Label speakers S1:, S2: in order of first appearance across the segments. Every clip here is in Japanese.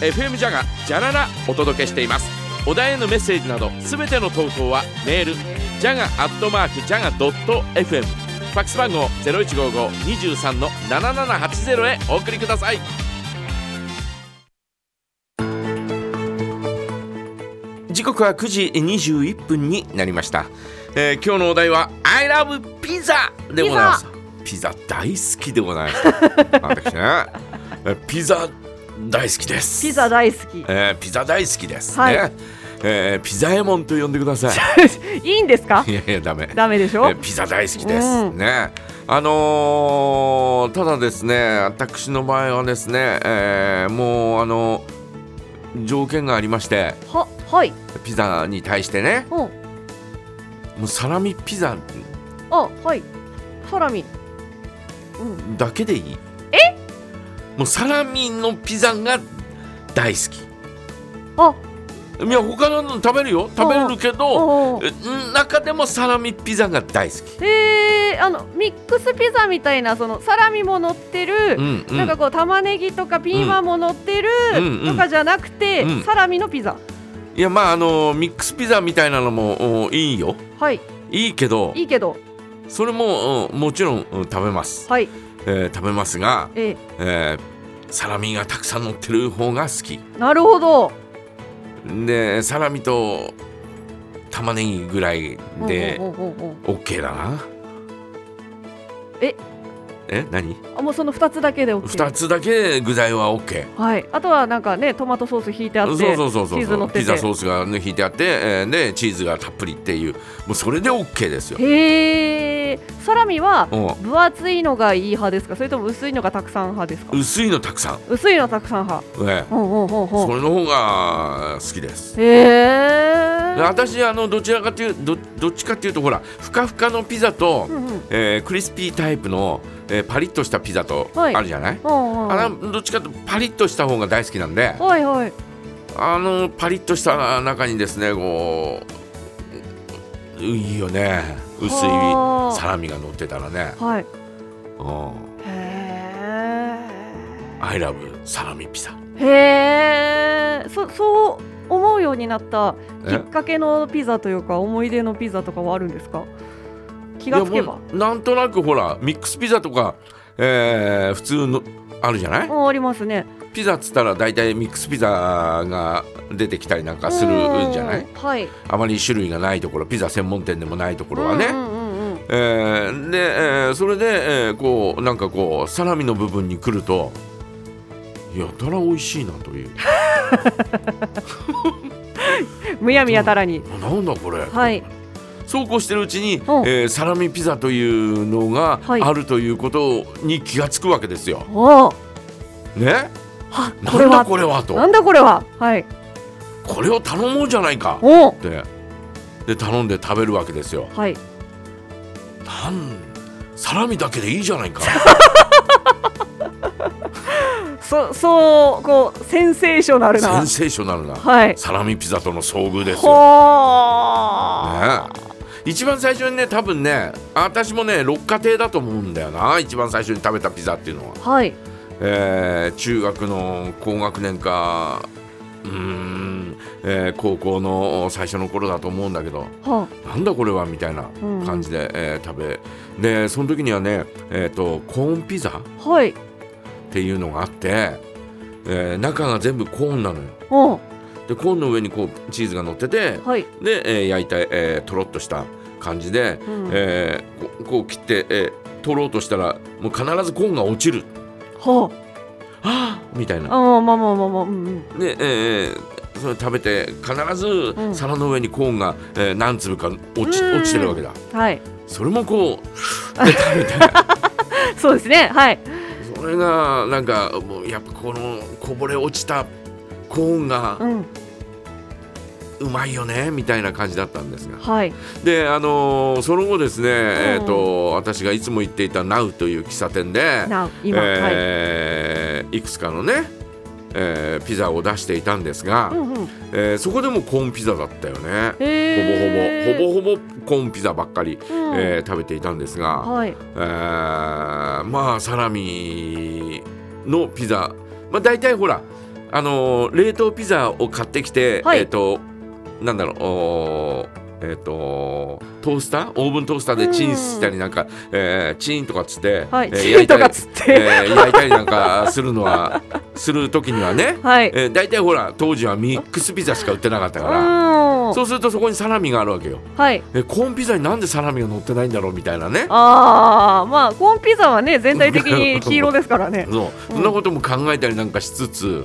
S1: FM ジャガジャララお届けしていますお題へのメッセージなどすべての投稿はメールジャガアットマークジャガドット FM ファックス番号0155-23の7780へお送りください時刻は9時21分になりました、えー今日のお題は「I love ピザ」でございますピザ大好きでございます私ねえピザ大好きです
S2: ピザ大好き。
S1: えーピザ大好きですね、
S2: はい
S1: えーピザエモンと呼んでください
S2: いいんですか
S1: い？やいやダメ
S2: ダメでし
S1: え
S2: ょ
S1: ー？ピザ大好きです、
S2: うん
S1: ねあのーただですね私の場合はですね、えーもうあの条件がありまして
S2: ははい。
S1: ピザに対してね
S2: うん。
S1: もうサラミピザ
S2: あはい。サラミ。うん。
S1: だけでいいえもうサラミのピザが大好
S2: あ
S1: きいや他のの食べるよ食べるけど
S2: おー。
S1: うん中でもサラミピザが大好き
S2: えー、あのミックスピザみたいなそのサラミも乗ってる、
S1: うんうん
S2: なんかこう玉ねぎとかピーマンも乗ってる、
S1: うんうん
S2: とかじゃなくて、
S1: うん
S2: サラミのピザ。
S1: いやまああのミックスピザみたいなのもおいいよ
S2: はい。
S1: いいけど
S2: いいけど。
S1: それもうんもちろんうん食べます、
S2: はい。
S1: えー食べますが、
S2: え
S1: えーサラミがたくさん乗ってる方が好き
S2: ー、なるほど。
S1: でサラミと玉ねぎぐらいで
S2: うんうんうんうんうん
S1: OK だな
S2: え
S1: え何
S2: あもうその二つだけで OK。
S1: 二つだけ具材は OK
S2: はい。あとはなんかねトマトソース引いてあって、
S1: そうそうそうそう
S2: チーズ乗ってて
S1: ピザソースがね引いてあって、えーでチーズがたっぷりっていうもうそれで OK ですよ
S2: へえ。サラミは
S1: うん
S2: 分厚いのがいい派ですかそれとも薄いのがたくさん派ですか
S1: 薄いのたくさん、
S2: 薄いのたくさん派
S1: えー
S2: ほうほうほう
S1: そ
S2: ほ
S1: れの方が好きです
S2: うへえ
S1: 私あのどちらかというどどっちかっていうとほらふかふかのピザと、
S2: うんうん
S1: えークリスピータイプの、えーパリッとしたピザとあ
S2: はい
S1: るじゃない、
S2: うんうん
S1: あれどっちかというとパリッとした方が大好きなんで
S2: はいはい
S1: あのパリッとした中にですねこういいよね薄い
S2: はあ
S1: サラミが乗ってたらね
S2: はい
S1: 「うん
S2: へえ
S1: I love サラミピザ
S2: へえそそう思うようになったき
S1: え
S2: っかけのピザというか思い出のピザとかはあるんですか」気がつけ
S1: い
S2: ば
S1: やもうなんとなくほらミックスピザとか、えー普通のあるじゃない
S2: うんありますね
S1: ピザっつったら大体ミックスピザが出てきたりなんかするじゃな
S2: う
S1: い
S2: んはい
S1: あまり種類がないところピザ専門店でもないとこ
S2: こ
S1: ろはね、
S2: うんうんうんうん
S1: えーで、えーそれで、えーこうなんかこうサラミの部分に来るとやたら美味しいなという
S2: むやみやたらに
S1: あなんだこれ、
S2: はい
S1: そうこうしてるうちに、え
S2: うん
S1: ーサラミピザというのが
S2: はい
S1: あるということに気がつくわけですよ。
S2: おお
S1: ね
S2: はこ
S1: な
S2: れ
S1: んだ
S2: は
S1: これはと
S2: なんだこれははい
S1: これを頼もうじゃないか
S2: おお
S1: ってで頼んで食べるわけですよ。
S2: はい
S1: なんサラミだけでいいじゃない か
S2: そそうこうセンセーショナル
S1: セ
S2: な
S1: ンセーショナルな
S2: はい
S1: サラミピザとの遭遇です
S2: ほ
S1: よ、ね
S2: ー
S1: え、一番最初にね多分ね私もね六花亭だと思うんだよな一番最初に食べたピザっていうのは、
S2: はい
S1: えー中学の高学年かうーん、えー高校の最初の頃だと思うんだけど
S2: は
S1: なんだこれはみたいな感じで、えー食べでその時にはね、えー、とコーンピザ
S2: あはい
S1: っていうのがあって、えー中が全部コーンなのよ
S2: お
S1: でコーンの上にこうチーズが乗ってて
S2: はい
S1: で、えー焼いた、えー、とろっとした感じで、
S2: うん
S1: えーここう切って、えー取ろうとしたらもう必ずコーンが落ちる
S2: は
S1: はあみたいな
S2: ああまあまあまあまあうんうん
S1: で、えーそれ食べて必ず
S2: ん
S1: 皿の上にコーンが、えー何粒か落ち
S2: うん
S1: 落ちてるわけだ
S2: はい
S1: それもこう
S2: そうですねはい
S1: それがなんかもうやっぱこのこぼれ落ちたコーンが
S2: うん
S1: うまいよねみたいな感じだったんですが
S2: はい
S1: であのーその後ですね、えー、と私がいつも行っていた NOW という喫茶店で、
S2: な今はい
S1: えーいくつかのね、えーピザを出していたんですが、
S2: うんうん
S1: えーそこでもコーンピザだったよね。
S2: へ
S1: ほぼ
S2: ぼ
S1: ほぼほぼほぼコーンピザばっかり、
S2: うん
S1: えー食べていたんですが、
S2: はい
S1: えーまあサラミのピザ、まあ、大体ほらあのー冷凍ピザを買ってきて、
S2: はい
S1: えっ、となんだろうおーえっ、とトースターオーブントースターでチンしたりなんか、えーチーンとかっつって、
S2: はい、
S1: え
S2: チートが
S1: っ
S2: つって、
S1: えー焼いたりなんかするのは する時にはね、
S2: はい。
S1: えー、大体ほら当時はミックスピザしか売ってなかったから、
S2: うん。
S1: そうするとそこにサラミがあるわけよ
S2: はい。
S1: えコーンピザになんでサラミが乗ってないんだろうみたいなね
S2: ああ、まあコーンピザはね全体的に黄色ですからね。
S1: そう
S2: うん
S1: そんなことも考えたりなんかしつつ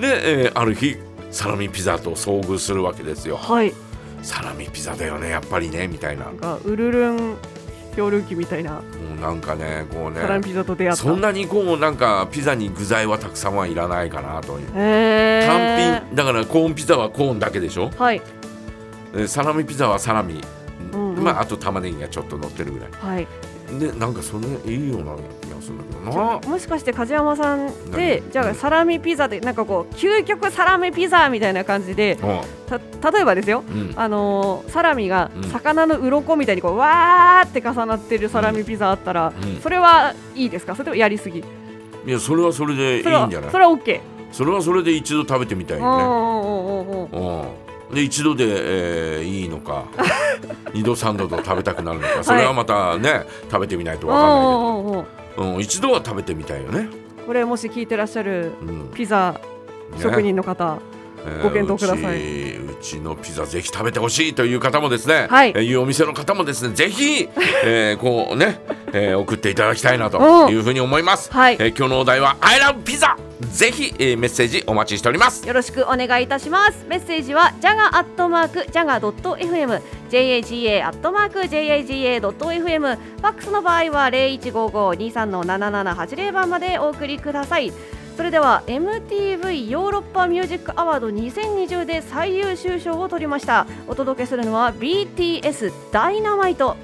S1: で、えーある日サラミピザと遭遇するわけですよ
S2: はい。
S1: サラミピザだよねやっぱりねみたいな
S2: なん
S1: も
S2: かウルルン漂流記みたいな
S1: うなんかねこうね
S2: サラミピザと出会った。
S1: そんなにこうなんかピザに具材はたくさんはいらないかなという
S2: へー
S1: 単品だからコーンピザはコーンだけでしょ
S2: はい
S1: えサラミピザはサラミ、
S2: うんうん
S1: まああと玉ねぎがちょっと乗ってるぐらい
S2: はい。
S1: でなんかそれいいような気がするんだけど
S2: じゃ
S1: な
S2: あもしかして梶山さんで
S1: 何
S2: じゃあサラミピザでなんかこう究極サラミピザみたいな感じでた例えばですよ。
S1: うんうん
S2: あのーサラミが
S1: うん
S2: 魚の鱗みたいにこうわーって重なってるサラミピザあったら、
S1: うん
S2: それはいいですかそれともやりすぎ
S1: いやそれはそれでいいんじ
S2: それは
S1: ゃない
S2: それは OK、
S1: それはそれで一度食べてみたい
S2: うん
S1: よね。
S2: うんうんうんうん
S1: うん、で一度で、えーいいの か二度三度と食べたくなるのかそれはまたね、食べてみないとわかんない
S2: うんうんうん
S1: けど、うん、一度は食べてみたいよね。
S2: これもし聞いてらっしゃる
S1: うんね
S2: ピザ職人の方、
S1: えー
S2: ご検討くださいう
S1: ちうちのピザぜひ食べてほしいという方もですね、
S2: はい
S1: えーいうお店の方もですねぜ ひ、えーこうね、えー送っていただきたいな
S2: う
S1: と
S2: ん
S1: いうふうに思います、
S2: はい
S1: えー今日のお題は「I love ピザ」ぜひ、えーメッセージお待ちしております
S2: よろしくお願いいたしますメッセージはジャガアットマークジャガドット FM jaga アットマーク jaga ドット FM ファックスの場合は零一五五二三の七七八零番までお送りくださいそれでは MTV ヨーロッパミュージックアワード2020で最優秀賞を取りましたお届けするのは BTS ダイナマイト